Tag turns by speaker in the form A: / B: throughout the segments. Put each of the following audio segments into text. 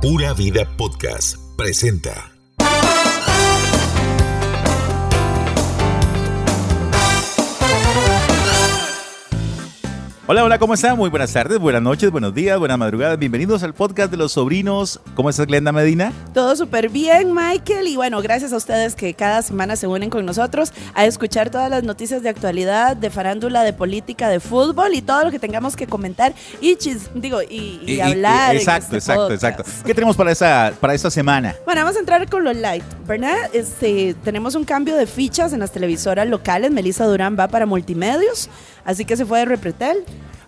A: Pura Vida Podcast presenta.
B: Hola, hola, ¿cómo están? Muy buenas tardes, buenas noches, buenos días, buenas madrugadas. Bienvenidos al podcast de los sobrinos. ¿Cómo estás, Glenda Medina?
C: Todo súper bien, Michael. Y bueno, gracias a ustedes que cada semana se unen con nosotros a escuchar todas las noticias de actualidad, de farándula, de política, de fútbol y todo lo que tengamos que comentar y chis- digo, y, y
B: Y- y-
C: hablar.
B: y-
C: en
B: exacto,
C: este
B: exacto,
C: podcast.
B: exacto. ¿Qué tenemos para esta, para esta semana?
C: Bueno, vamos a entrar con lo light, ¿verdad? Este, tenemos un cambio de fichas en las televisoras locales. Melissa Durán va para multimedios, así que se fue de Repretel.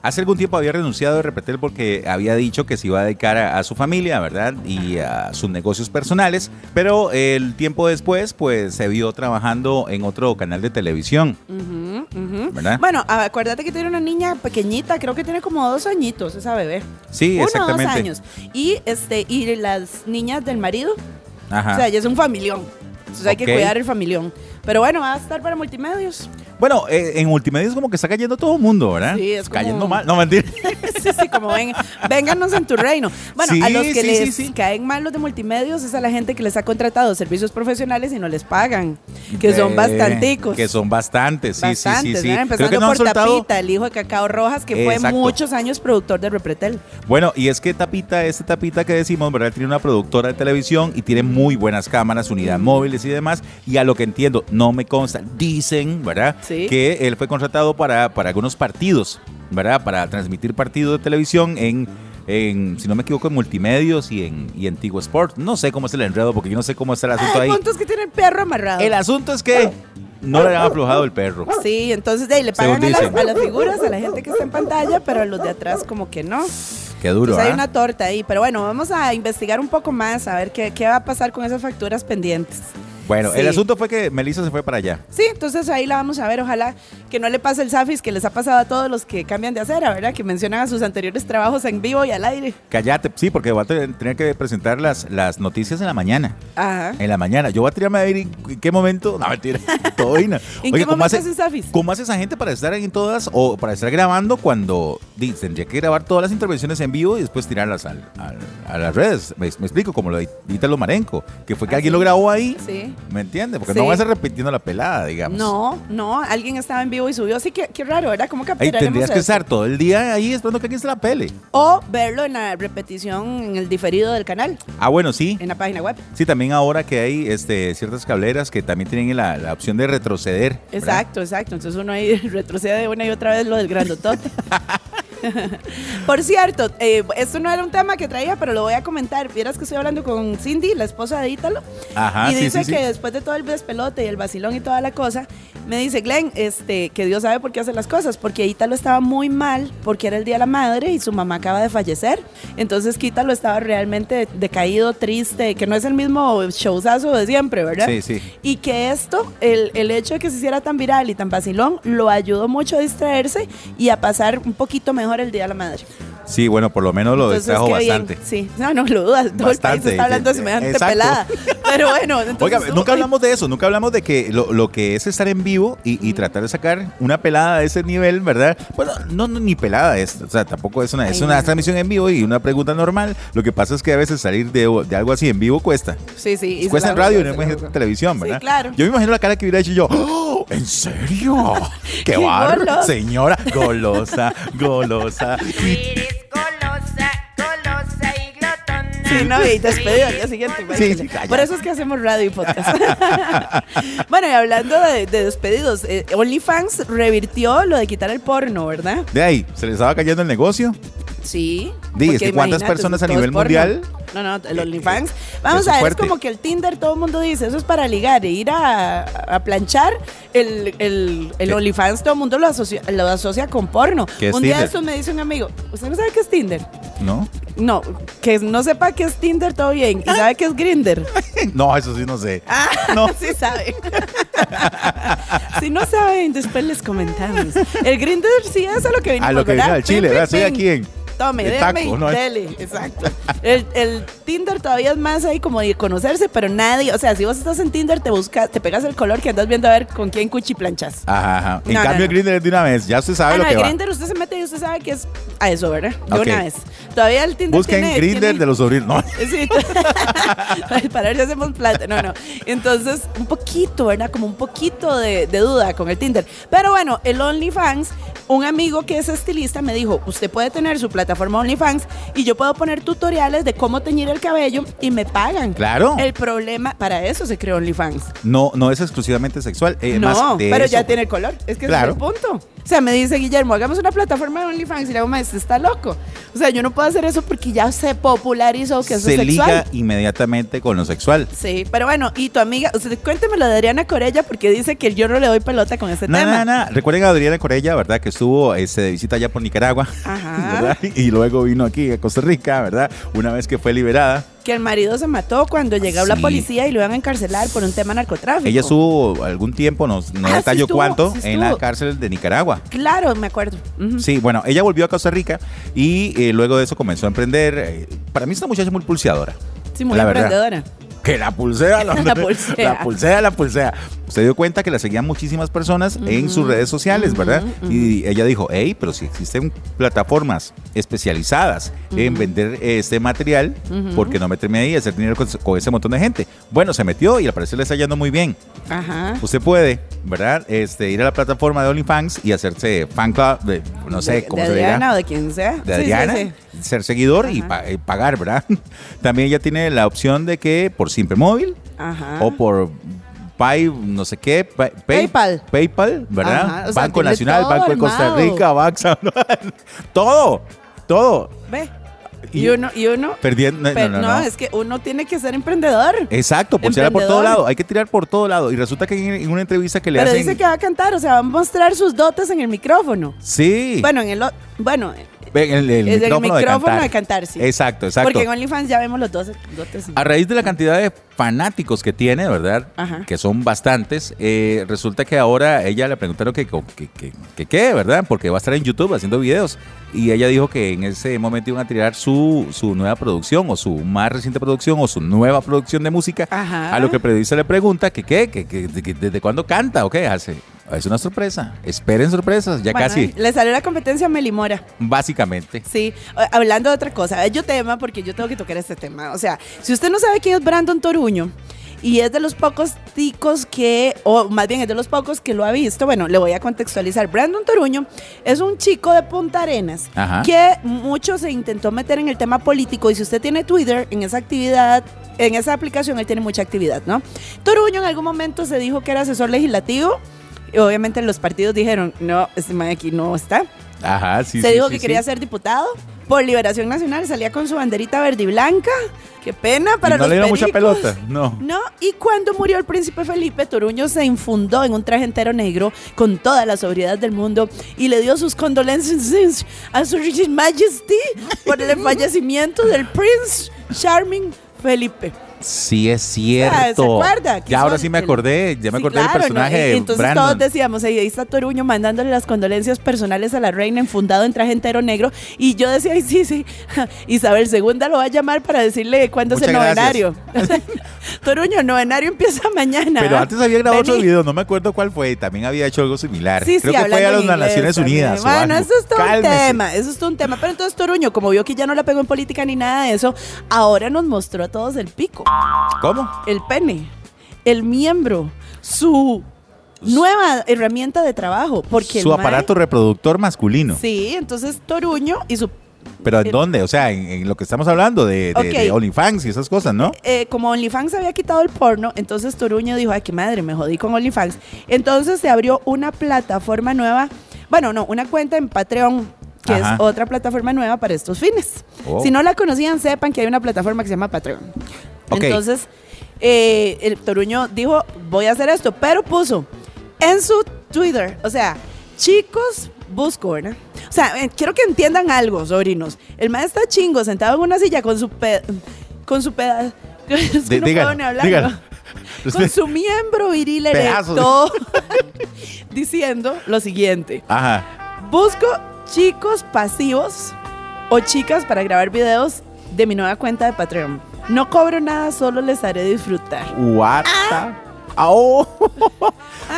B: Hace algún tiempo había renunciado de Repetel porque había dicho que se iba a dedicar a, a su familia, ¿verdad? Y a sus negocios personales. Pero el tiempo después, pues se vio trabajando en otro canal de televisión,
C: Ujú, ujú.
B: ¿verdad?
C: Bueno, a- acuérdate que tiene una niña pequeñita, creo que tiene como dos añitos esa bebé.
B: sí,
C: Uno o dos
B: exactamente.
C: años. Y, este, y las niñas del marido,
B: Ajá.
C: o sea, ella es un familión. Entonces hay que
B: Ok.
C: cuidar el familión. Pero bueno, va a estar para multimedios.
B: Bueno, eh, en multimedia es como que está cayendo todo el mundo, ¿verdad?
C: Sí, es como-
B: Cayendo mal, no mentira.
C: sí, sí, como ven, vénganos en tu reino. Bueno,
B: Sí,
C: a los que
B: sí,
C: les
B: sí, sí.
C: caen mal los de multimedios es a la gente que les ha contratado servicios profesionales y no les pagan, que son
B: Eh,
C: bastanticos.
B: Que son bastantes, sí, sí, sí,
C: Bastantes,
B: sí.
C: ¿verdad?
B: Creo
C: Empezando
B: que no han
C: por
B: soltado.
C: Tapita, el hijo de Cacao Rojas, que fue
B: Exacto.
C: muchos años productor de Repretel.
B: Bueno, y es que Tapita, este Tapita que decimos, ¿verdad? Tiene una productora de televisión y tiene muy buenas cámaras, unidades móviles y demás. Y a lo que entiendo, no me consta, dicen, ¿verdad?
C: Sí.
B: Que él fue contratado para, para algunos partidos, ¿verdad? Para transmitir partidos de televisión en. en, si no me equivoco, en multimedios y en, y en Tigo Sports. No sé cómo es el enredo, porque yo no sé cómo está el asunto
C: Hay
B: ahí.
C: puntos que tiene el perro amarrado.
B: El asunto es que no le han aflojado el perro.
C: Sí, entonces de ahí le
B: Según
C: pagan a las,
B: dicen.
C: a las figuras, a la gente que está en pantalla, pero a los de atrás como que no.
B: Qué duro,
C: Entonces hay
B: ¿ah?
C: una torta ahí. Pero bueno, vamos a investigar un poco más, a ver qué, qué va a pasar con esas facturas pendientes.
B: Bueno, el
C: Sí.
B: asunto fue que Melissa se fue para allá.
C: Sí, entonces ahí la vamos a ver. Ojalá que no le pase el Safis que les ha pasado a todos los que cambian de acera, ¿verdad? Que mencionan a sus anteriores trabajos en vivo y al aire.
B: Cállate, sí, porque voy a te- tener que presentar las, las noticias en la mañana.
C: Ajá.
B: En la mañana. Yo voy a tirarme a ver en, en qué momento. No, mentira. Todo bien.
C: ¿En
B: Oye,
C: qué
B: ¿cómo
C: momento
B: hace,
C: hace un Safis?
B: ¿Cómo hace esa gente para estar en todas o para estar grabando cuando di- tendría que grabar todas las intervenciones en vivo y después tirarlas al- al- a las redes? Me, me explico, como lo de Italo Marenco, que fue que
C: Ah,
B: alguien
C: sí.
B: lo grabó ahí.
C: Sí.
B: ¿Me entiendes? Porque
C: Sí.
B: no vas a estar repitiendo la pelada, digamos.
C: No, no, alguien estaba en vivo y subió, así que qué raro, ¿verdad? ¿Cómo
B: Ahí
C: capturaremos
B: tendrías que
C: eso?
B: estar todo el día ahí esperando que alguien se la pele.
C: O verlo en la repetición, en el diferido del canal,
B: Ah, bueno, sí.
C: en la página web.
B: Sí, también ahora que hay este, ciertas cableras que también tienen la, la opción de retroceder. ¿verdad?
C: Exacto, exacto. Entonces uno ahí retrocede una y otra vez lo del grandotote. Por cierto, eh, esto no era un tema que traía, pero lo voy a comentar. Vieras que estoy hablando con Cindy, la esposa de Ítalo,
B: Ajá,
C: y
B: Ah, sí,
C: dice
B: sí, sí.
C: que después de todo el despelote y el vacilón y toda la cosa, me dice Glenn este, que Dios sabe por qué hace las cosas, porque Ítalo estaba muy mal porque era el Día de la Madre y su mamá acaba de fallecer. Entonces que Ítalo estaba realmente decaído, triste, que no es el mismo showzazo de siempre, ¿verdad?
B: Sí, sí.
C: Y que esto, el, el hecho de que se hiciera tan viral y tan vacilón, lo ayudó mucho a distraerse y a pasar un poquito mejor el Día de la Madre.
B: Sí, bueno, por lo menos lo
C: Entonces,
B: destajo
C: qué bien.
B: bastante.
C: Sí, no, no lo dudas. Todo el
B: Bastante,
C: país está hablando de
B: sí,
C: semejante
B: exacto.
C: pelada. Pero bueno, entonces.
B: Oiga,
C: estuvo-
B: nunca hablamos de eso, nunca hablamos de que lo, lo que es estar en vivo y, y tratar de sacar una pelada de ese nivel, ¿verdad? Bueno, no, no, ni pelada es, o sea, tampoco es una, es
C: Ay,
B: una
C: no.
B: transmisión en vivo y una pregunta normal. Lo que pasa es que a veces salir de, de algo así en vivo cuesta.
C: Sí, sí. y se
B: cuesta
C: la
B: en radio y
C: jugó,
B: no
C: se la
B: en
C: jugó.
B: televisión,
C: Sí,
B: ¿verdad?
C: claro.
B: Yo me imagino la cara que hubiera hecho yo. "¡Oh! ¿En serio? ¡Qué
C: Qué
B: bárbaro!
C: golosa.
B: Señora, golosa, golosa.
D: Eres golosa, golosa y glotona.
C: Sí, no, y despedido al día siguiente. imagínate.
B: sí, cállate.
C: Por eso es que hacemos radio y podcast. bueno, y hablando de, de despedidos, eh, OnlyFans revirtió lo de quitar el porno, ¿verdad?
B: De ahí, se le estaba cayendo el negocio.
C: Sí.
B: Di, es
C: porque
B: que cuántas
C: imagínate,
B: personas a
C: todo es
B: nivel
C: porno.
B: mundial.
C: No, no, el
B: Eh,
C: OnlyFans.
B: eh,
C: Vamos
B: eso es
C: a ver,
B: fuerte.
C: es como que el Tinder, todo el mundo dice, eso es para ligar, e ir a, a planchar. El, el, el
B: Eh.
C: OnlyFans, todo el mundo lo asocia, lo asocia con porno.
B: ¿Qué es
C: un día
B: Tinder?
C: de estos me dice un amigo, ¿usted no sabe qué es Tinder?
B: ¿No?
C: No, que no sepa qué es Tinder, todo bien. ¿Y sabe qué es Grinder?
B: No, eso sí no sé. No.
C: No. sí sabe. si no saben, después les comentamos. El Grinder sí es a lo que venimos.
B: A lo que viene
C: ¿verdad?
B: al Chile,
C: Pim,
B: ¿verdad?
C: pim,
B: Estoy
C: pim.
B: aquí en
C: tome,
B: De
C: déme
B: taco,
C: y
B: ¿no?
C: dele. Exacto. El, el Tinder todavía es más ahí como de conocerse, pero nadie, o sea, si vos estás en Tinder, te buscas, te pegas el color que andas viendo a ver con quién cuchi planchas.
B: Ajá, ajá. En
C: No, no,
B: cambio,
C: no.
B: el Grindr es de una vez. Ya usted sabe
C: Ah,
B: lo
C: no,
B: que
C: el
B: va.
C: Grindr usted se mete y usted sabe que es a eso, ¿verdad? De
B: Ok.
C: una vez. Todavía el Tinder
B: Busquen
C: tiene-
B: Grindr
C: tiene-
B: de los sobrinos. No.
C: Sí. Ay, para ver si hacemos plata. No, no. Entonces, un poquito, ¿verdad? Como un poquito de, de duda con el Tinder. Pero bueno, el OnlyFans, un amigo que es estilista me dijo, usted puede tener su plataforma OnlyFans y yo puedo poner tutoriales de cómo teñir el cabello y me pagan.
B: Claro.
C: El problema, para eso se creó OnlyFans.
B: No, no es exclusivamente sexual. eh,
C: No,
B: más de
C: pero
B: eso.
C: ya tiene el color. Es que
B: Claro.
C: ese es el punto. O sea, me dice Guillermo, hagamos una plataforma de OnlyFans y le hago, maestro, está loco. O sea, yo no puedo hacer eso porque ya se popularizó que eso
B: Se
C: es sexual.
B: liga inmediatamente con lo sexual.
C: Sí, pero bueno, y tu amiga, o sea, cuéntame lo de Adriana Corella porque dice que yo no le doy pelota con ese
B: No,
C: este tema.
B: no, no. Recuerden a Adriana Corella, ¿verdad? Que estuvo eh, se de visita allá por Nicaragua.
C: Ajá.
B: ¿verdad? Y luego vino aquí a Costa Rica, ¿verdad? Una vez que fue liberada.
C: Que el marido se mató cuando llegó la
B: Sí.
C: policía y lo iban a encarcelar por un tema narcotráfico.
B: Ella estuvo algún tiempo, no, no
C: Ah, sí
B: detallo
C: estuvo,
B: cuánto,
C: sí
B: en la
C: estuvo. Mm.
B: cárcel de Nicaragua.
C: Claro, me acuerdo. Ujú.
B: Sí, bueno, ella volvió a Costa Rica y eh, luego de eso comenzó a emprender. Eh, Para mí es una muchacha muy pulseadora.
C: Sí, muy
B: La verdad.
C: emprendedora.
B: Que la pulsea, la,
C: La pulsea.
B: La pulsea, la pulsea. Se dio cuenta que la seguían muchísimas personas en sus redes sociales, ¿verdad? Y ella dijo, hey, pero si existen plataformas especializadas en vender este material, ¿por qué no meterme ahí y hacer dinero con, con ese montón de gente? Bueno, se metió y al parecer le está yendo muy bien.
C: Ajá.
B: Usted puede, ¿verdad? Este, ir a la plataforma de OnlyFans y hacerse fan club, de, no sé
C: de,
B: cómo
C: de
B: se dirá
C: Adriana o de quien sea.
B: de
C: Sí, sí,
B: Adriana,
C: sí.
B: ser seguidor y,
C: Ajá.
B: pa- y pagar, ¿verdad? También ella tiene la opción de que por Simple Móvil
C: Ajá.
B: o por Pay, no sé qué, pa- Pay-
C: PayPal.
B: PayPal, ¿verdad?
C: Ajá, o sea,
B: Banco
C: tiene
B: Nacional,
C: todo
B: Banco de Costa
C: armado.
B: Rica, Baxa, todo, todo.
C: Ve.
B: Y-
C: Y, uno, y uno.
B: Perdiendo, no,
C: Pe-
B: no, no, no. Eh,
C: es que uno tiene que ser emprendedor.
B: Exacto, pulsera por todo
C: Emprendedor.
B: lado, hay que tirar por todo lado. Y resulta que en, en una entrevista que le
C: Pero
B: hacen...
C: dice que va a cantar, o sea, va a mostrar sus dotes en el micrófono.
B: Sí,
C: Bueno, en el o- bueno,
B: Ven, el, el
C: es el
B: micrófono, de,
C: micrófono
B: cantar.
C: de cantar, sí.
B: Exacto, exacto.
C: porque en OnlyFans ya vemos los dos dotes.
B: A raíz de la cantidad de fanáticos que tiene, ¿verdad?
C: Ajá.
B: Que son bastantes. eh, resulta que ahora a ella le preguntaron que co- que- que- que qué, ¿verdad? Porque va a estar en YouTube haciendo videos. Y ella dijo que en ese momento iban a tirar su, su nueva producción o su más reciente producción o su nueva producción de música.
C: Ajá.
B: A lo que el periodista le pregunta que qué, que, que- de- que- desde cuándo canta o qué hace. Es una sorpresa. Esperen sorpresas, ya
C: Bueno,
B: casi.
C: Le salió la competencia a Melimora.
B: Básicamente.
C: Sí, Eh, hablando de otra cosa, eh, yo tema, porque yo tengo que tocar este tema. O sea, si usted no sabe quién es Brandon Toruño, y es de los pocos ticos que, o más bien es de los pocos que lo ha visto, bueno, le voy a contextualizar. Brandon Toruño es un chico de Punta Arenas
B: Ajá.
C: que mucho se intentó meter en el tema político, y si usted tiene Twitter, en esa actividad... En esa aplicación él tiene mucha actividad, ¿no? Toruño en algún momento se dijo que era asesor legislativo y obviamente los partidos dijeron, no, este man aquí no está
B: Ajá, sí.
C: se
B: sí,
C: dijo
B: sí,
C: que
B: sí.
C: quería ser diputado por Liberación Nacional, salía con su banderita verde y blanca. Qué pena para
B: Y no
C: los
B: le dieron mucha
C: pericos.
B: pelota, no.
C: No, y cuando murió el príncipe Felipe, Toruño se infundó en un traje entero negro con toda la sobriedad del mundo y le dio sus condolencias a su Rigid Majesty por el fallecimiento del Prince Charming Felipe.
B: Sí, es
C: Ah, ¿se
B: cierto.
C: acuerda? Que
B: Ya ahora
C: son-
B: sí me
C: que-
B: acordé, ya me
C: Sí,
B: acordé del
C: claro, ¿no?
B: personaje
C: Y- y
B: de
C: Entonces
B: Brandon.
C: todos decíamos, "Ey, ahí está Toruño mandándole las condolencias personales a la reina enfundado en traje entero negro. Y yo decía, "Ay, sí, sí, Isabel II lo va a llamar para decirle cuándo es el
B: Muchas gracias.
C: novenario. Toruño, el novenario empieza mañana.
B: Pero antes había grabado
C: Vení.
B: otro video, no me acuerdo cuál fue, y también había hecho algo similar.
C: Sí,
B: Creo
C: sí,
B: que fue a
C: hablando
B: las
C: en
B: Naciones
C: inglés también.
B: Unidas. o
C: Bueno,
B: algo.
C: eso es todo
B: Cálmese.
C: un tema, eso es todo un tema. Pero entonces Toruño, como vio que ya no la pegó en política ni nada de eso, ahora nos mostró a todos el pico.
B: ¿Cómo?
C: el pene, el miembro, su nueva herramienta de trabajo. Porque el
B: Su
C: mae-
B: aparato reproductor masculino.
C: Sí, entonces Toruño y su.
B: Pero ¿en
C: el-
B: dónde? O sea, en, en lo que estamos hablando de, de, de
C: Ok.
B: OnlyFans y esas cosas, ¿no?
C: eh, como OnlyFans había quitado el porno, entonces Toruño dijo, ay, qué madre, me jodí con OnlyFans. Entonces se abrió una plataforma nueva, bueno, no, una cuenta en Patreon, que
B: Ajá.
C: es otra plataforma nueva para estos fines.
B: Oh.
C: Si no la conocían, sepan que hay una plataforma que se llama Patreon.
B: Ok.
C: Entonces, eh, el Toruño dijo, voy a hacer esto, pero puso en su Twitter, o sea, chicos, busco, ¿verdad? O sea, eh, quiero que entiendan algo, sobrinos. El maestro está chingo, sentado en una silla con su pe- con su peda... es que
B: Dí-
C: no
B: dígalo,
C: puedo ni hablarlo.
B: dígalo.
C: Con su miembro viril
B: Pedazo de-
C: erecto, diciendo lo siguiente.
B: Ajá.
C: Busco chicos pasivos o chicas para grabar videos de mi nueva cuenta de Patreon. No cobro nada, solo les haré disfrutar.
B: What the- Ah, oh.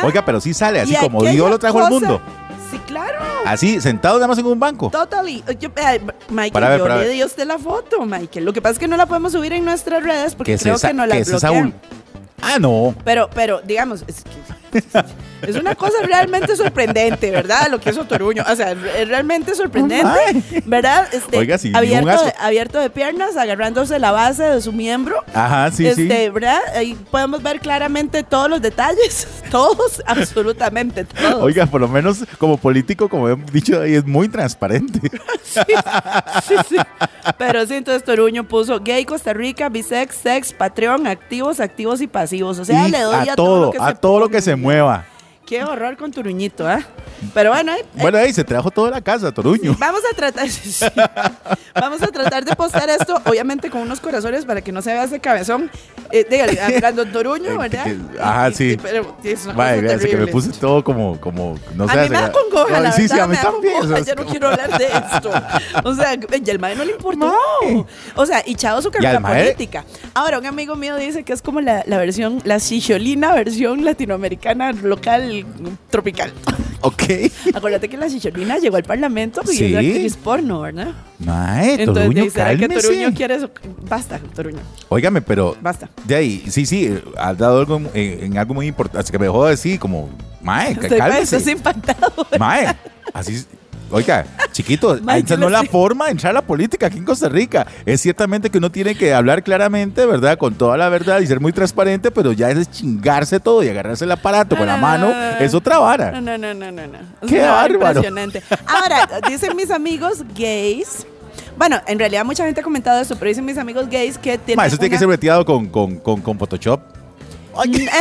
B: Oiga, pero sí sale, así
C: Ah. Y
B: como
C: aquella
B: Dios lo trajo al
C: cosa-
B: mundo.
C: Sí, claro.
B: Así, sentados nada más en un banco.
C: Totally. Yo, eh, Michael,
B: Para ver,
C: yo
B: para
C: le
B: ver.
C: di a usted la foto, Michael. Lo que pasa es que no la podemos subir en nuestras redes porque
B: Que
C: creo
B: se sa-
C: que no la
B: que se
C: bloquean.
B: saúl. Ah, no.
C: Pero, pero, digamos, es, que- es una cosa realmente sorprendente, ¿verdad? Lo que hizo Toruño. O sea, re- es realmente sorprendente,
B: Ay.
C: ¿verdad? Este,
B: Oiga, sí,
C: abierto,
B: un asco.
C: de, abierto de piernas, agarrándose la base de su miembro.
B: Ajá, sí,
C: este,
B: sí.
C: ¿verdad? Ahí podemos ver claramente todos los detalles. Todos, absolutamente todos.
B: Oiga, por lo menos como político, como hemos dicho ahí, es muy transparente.
C: Sí, sí, sí. Pero sí, entonces Toruño puso gay, Costa Rica, bisex, sex, Patreon, activos, activos y pasivos. O sea,
B: Y
C: le doy a,
B: a todo,
C: lo que
B: a
C: se
B: todo lo que se
C: ponga.
B: mueva.
C: Qué horror con Toruñito, ¿eh? Pero bueno, ahí-
B: Bueno, ahí se trajo toda la casa, Toruño.
C: Vamos a tratar, Eh. sí, sí. vamos a tratar de postear esto, obviamente con unos corazones para que no se vea ese cabezón. Eh, dígale, hablando de Toruño, ¿verdad?
B: Que- ajá,
C: Y- y-
B: sí.
C: Pero es una
B: Vaya,
C: cosa
B: gracias, que me
C: terrible.
B: puse todo como, como, no
C: A
B: sé.
C: mí me da congoja, la
B: Ay, sí, sí,
C: verdad,
B: a mí
C: me da
B: también.
C: congoja,
B: o sea,
C: ya no quiero hablar de esto. O sea, y al mae no le importó. O sea, y chao su carrera
B: al mae-
C: política. Ahora, un amigo mío dice que es como la, la versión, la sicholina versión latinoamericana local tropical.
B: Ok.
C: Acuérdate que la sicholina llegó al parlamento y
B: Sí.
C: es actriz porno, ¿verdad?
B: Mae,
C: Entonces,
B: Toruño,
C: dice, ¿será que
B: cálmese.
C: Toruño quiere eso? Basta, Toruño,
B: Óigame, pero
C: basta.
B: de ahí, sí, sí, has dado algo en, en algo muy importante. Así que me dejó decir como, mae, ca-
C: Estoy,
B: cálmese.
C: estás impactado.
B: Mae, así, es- oiga, chiquito,
C: Mae,
B: esa
C: yo
B: no es
C: lo
B: la
C: sé.
B: forma de entrar a la política aquí en Costa Rica. Es ciertamente que uno tiene que hablar claramente, ¿verdad? Con toda la verdad y ser muy transparente, pero ya es chingarse todo y agarrarse el aparato con la
C: No,
B: mano,
C: no, no, no, no.
B: es otra
C: No,
B: vara.
C: no, no, no, no. no. Es
B: ¡Qué
C: una vara
B: bárbaro!
C: Impresionante. Ahora, dicen mis amigos gays. Bueno, en realidad mucha gente ha comentado eso, pero dicen mis amigos gays que tienen.
B: Mae, eso tiene que ser
C: una- Mm,
B: retirado con, con, con, con Photoshop.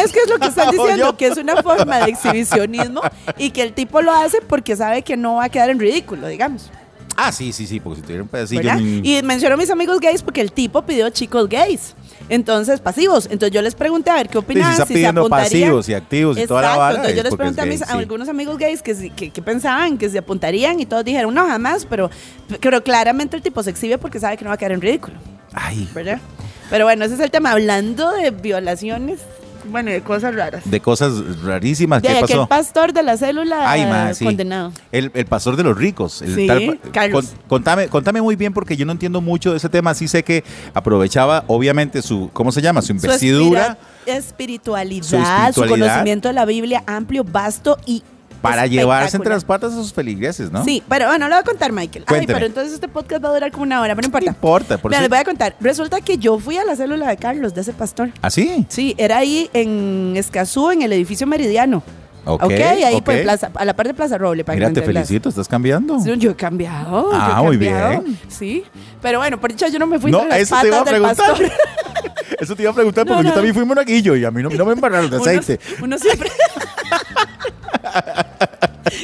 C: Es que es lo que están diciendo,
B: Yo.
C: que es una forma de exhibicionismo y que el tipo lo hace porque sabe que no va a quedar en ridículo, digamos.
B: Ah, sí, sí, sí, porque si tuviera un pedacillo.
C: eh. ¿verdad?
B: ni-
C: Y menciono a mis amigos gays porque el tipo pidió chicos gays. Entonces, pasivos. Entonces yo les pregunté a ver qué
B: Sí,
C: opinaban.
B: si está
C: si
B: pidiendo
C: se apuntarían.
B: pasivos y activos y
C: Exacto,
B: toda la vara.
C: entonces yo
B: es
C: les
B: porque
C: pregunté a,
B: es
C: mis,
B: gay,
C: a
B: sí.
C: algunos amigos gays que, si- que, que pensaban, que se apuntarían y todos dijeron, no, jamás, pero, pero claramente el tipo se exhibe porque sabe que no va a quedar en ridículo,
B: Ay,
C: ¿verdad? Pero bueno, ese es el tema. Hablando de violaciones, bueno, y de cosas raras.
B: de cosas rarísimas.
C: De
B: ¿Qué
C: aquel
B: pasó?
C: pastor de la célula
B: Ay, ma, sí.
C: Ah, condenado.
B: El, el pastor de los ricos. el
C: Sí, Carlos.
B: contame, contame muy bien porque yo no entiendo mucho de ese tema. Sí sé que aprovechaba, obviamente, su, ¿cómo se llama? Su
C: Su
B: investidura
C: espira- espiritualidad,
B: Su
C: su
B: espiritualidad.
C: conocimiento de la Biblia amplio, vasto y
B: para llevarse entre
C: espectacular.
B: las patas a sus feligreses, ¿no?
C: Sí, pero bueno, lo voy a contar, Michael. Ay,
B: Cuénteme.
C: pero entonces este podcast va a durar como una hora, pero no
B: No
C: importa.
B: importa. Por
C: Mira,
B: si-
C: les voy a contar. Resulta que yo fui a la célula de Carlos, de ese pastor.
B: ¿Ah, sí?
C: Sí, era ahí en Escazú, en el edificio Meridiano.
B: Ok,
C: Ok, ahí
B: ok.
C: por Plaza, a la parte de Plaza Roble. Para
B: Mira,
C: que
B: te
C: me entiendas.
B: felicito, estás cambiando.
C: Sí, Yo he cambiado.
B: Ah,
C: yo he
B: muy
C: cambiado,
B: bien.
C: Sí, pero bueno, por dicha yo no me fui
B: No,
C: entre las
B: eso te iba a
C: patas del
B: preguntar.
C: pastor.
B: Eso te iba a preguntar
C: No,
B: porque
C: no.
B: yo también fui monaguillo y a mí no, no me embarraron de
C: Uno-
B: aceite.
C: Uno, siempre.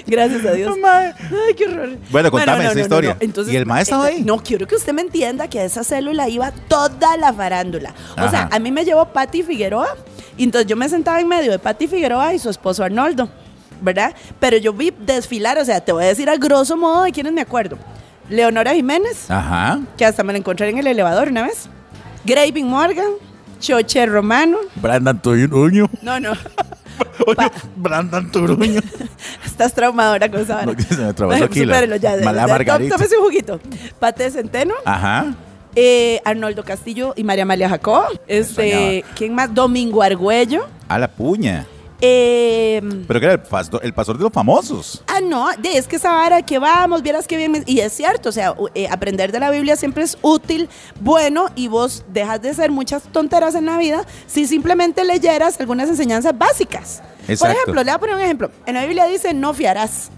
C: Gracias a Dios. Ay, qué horror.
B: Bueno, contame esa historia. ¿Y el maestro
C: ento-
B: ahí?
C: eh, No, quiero que usted me entienda que a esa célula iba toda la farándula. O sea,
B: Ajá.
C: a mí me llevó Patti Figueroa y entonces yo me sentaba en medio de Patti Figueroa y su esposo Arnoldo, ¿verdad? Pero yo vi desfilar, o sea, te voy a decir a grosso modo de quienes me acuerdo. Leonora Jiménez,
B: Ajá.
C: que hasta me la encontré en el elevador una vez. Graving Morgan, Choche Romano.
B: Brandon Toruño.
C: No, no.
B: Oye,
C: Pa-
B: Brandon Toruño.
C: Estás traumadora con esa vara.
B: No, que se me trabó
C: Bueno,
B: aquí la-
C: supérelo ya. de-
B: mala
C: de- tó-
B: margarita.
C: Tómese un juguito. Pate Centeno,
B: Ajá.
C: eh, Arnoldo Castillo y María Amalia Jacob. Este,
B: soñaba.
C: ¿Quién más? Domingo Argüello.
B: A la puña.
C: eh,
B: Pero que era el pastor, el pastor de los famosos.
C: Ah, no, de- es que esa vara que vamos, vieras que bien. me- Y es cierto, o sea, u- eh, aprender de la Biblia siempre es útil, bueno, y vos dejas de hacer muchas tonteras en la vida si simplemente leyeras algunas enseñanzas básicas.
B: Exacto.
C: Por ejemplo, le voy a poner un ejemplo. En la Biblia dice, no fiarás.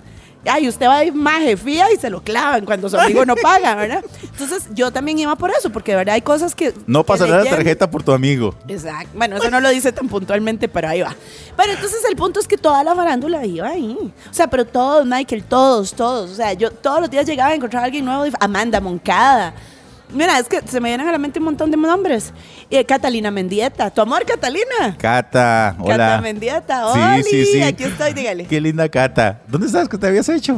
C: Ay, usted va a ir más fía y se lo clavan cuando su amigo no paga, ¿verdad? Entonces, yo también iba por eso, porque de verdad hay cosas que.
B: No
C: que
B: pasará la
C: leyendo-
B: tarjeta por tu amigo.
C: Exacto. Bueno, eso no lo dice tan puntualmente, pero ahí va. Pero entonces el punto es que toda la farándula iba ahí. O sea, pero todos, Michael, todos, todos. O sea, yo todos los días llegaba a encontrar a alguien nuevo. dif- Amanda Moncada. Mira, es que se me vienen a la mente un montón de nombres. Eh, Catalina Mendieta. Tu amor, Catalina.
B: Cata, hola.
C: Cata Mendieta.
B: Sí,
C: Oli,
B: sí, sí.
C: aquí estoy, dígale.
B: Qué linda Cata. ¿Dónde estás que te habías hecho?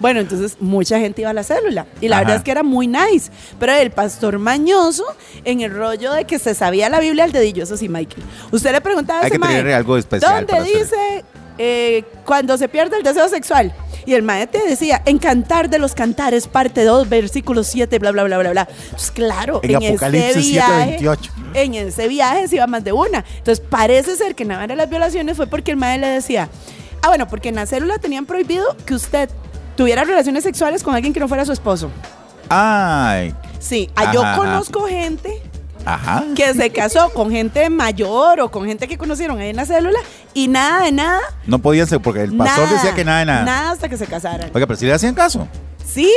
C: Bueno, entonces mucha gente iba a la célula y la
B: Ajá.
C: verdad es que era muy nice. Pero el pastor mañoso en el rollo de que se sabía la Biblia al dedillo, eso sí, Michael. Usted le preguntaba a
B: Hay
C: ese
B: que
C: mae,
B: tener algo especial
C: ¿Dónde
B: para hacer".
C: dice eh, cuando se pierde el deseo sexual? Y el maestro decía, en Cantar de los Cantares, parte 2, versículo 7, bla, bla, bla, bla, bla. Pues claro,
E: En Apocalipsis 7, 28.
C: en ese viaje se iba más de una. Entonces parece ser que nada más de las violaciones fue porque el madre le decía, ah, bueno, porque en la célula tenían prohibido que usted tuviera relaciones sexuales con alguien que no fuera su esposo.
B: Ay,
C: Sí, ah, yo
B: Ajá, ajá.
C: conozco gente
B: ajá.
C: que se casó con gente mayor o con gente que conocieron ahí en la célula y nada de nada.
B: No podía ser porque el pastor
C: nada,
B: decía que nada de nada.
C: Nada hasta que se casaran.
B: Oiga, pero si le hacían caso.
C: Sí,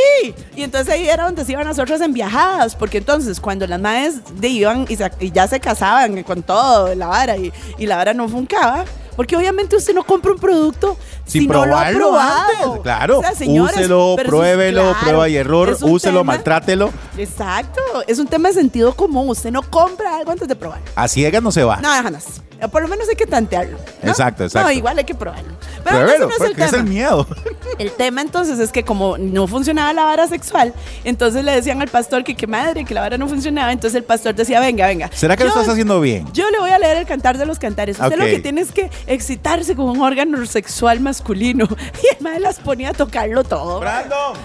C: y entonces ahí era donde se iban las otras en viajadas, porque entonces cuando las madres de iban y, se- y ya se casaban con todo, la vara, y, y la vara no funcaba, porque obviamente usted no compra un producto
B: Sin
C: si no lo ha
B: probarlo
C: probado.
B: antes, claro.
C: O sea, señores,
B: úselo,
C: pero eso es-
B: pruébelo,
C: claro,
B: prueba y error,
C: es un
B: úselo,
C: tema-
B: maltrátelo.
C: Exacto, es un tema de sentido común, usted no compra algo antes de probarlo.
B: A ciegas no se va.
C: No, jamás. Por lo menos hay que tantearlo. ¿no?
B: Exacto, exacto.
C: No, igual hay que probarlo. Pero
B: Pruébelo,
C: ese no es el
B: porque
C: tema.
B: es el miedo.
C: El tema entonces es que como no funcionaba la vara sexual, entonces le decían al pastor que qué madre, que la vara no funcionaba, entonces el pastor decía, venga, venga.
B: ¿Será que
C: yo-
B: lo estás haciendo bien?
C: Yo le voy a leer el cantar de los cantares. Usted
B: Ok.
C: lo que tiene es que excitarse con un órgano sexual masculino. Y el madre las ponía a tocarlo todo.
B: ¡Brandon!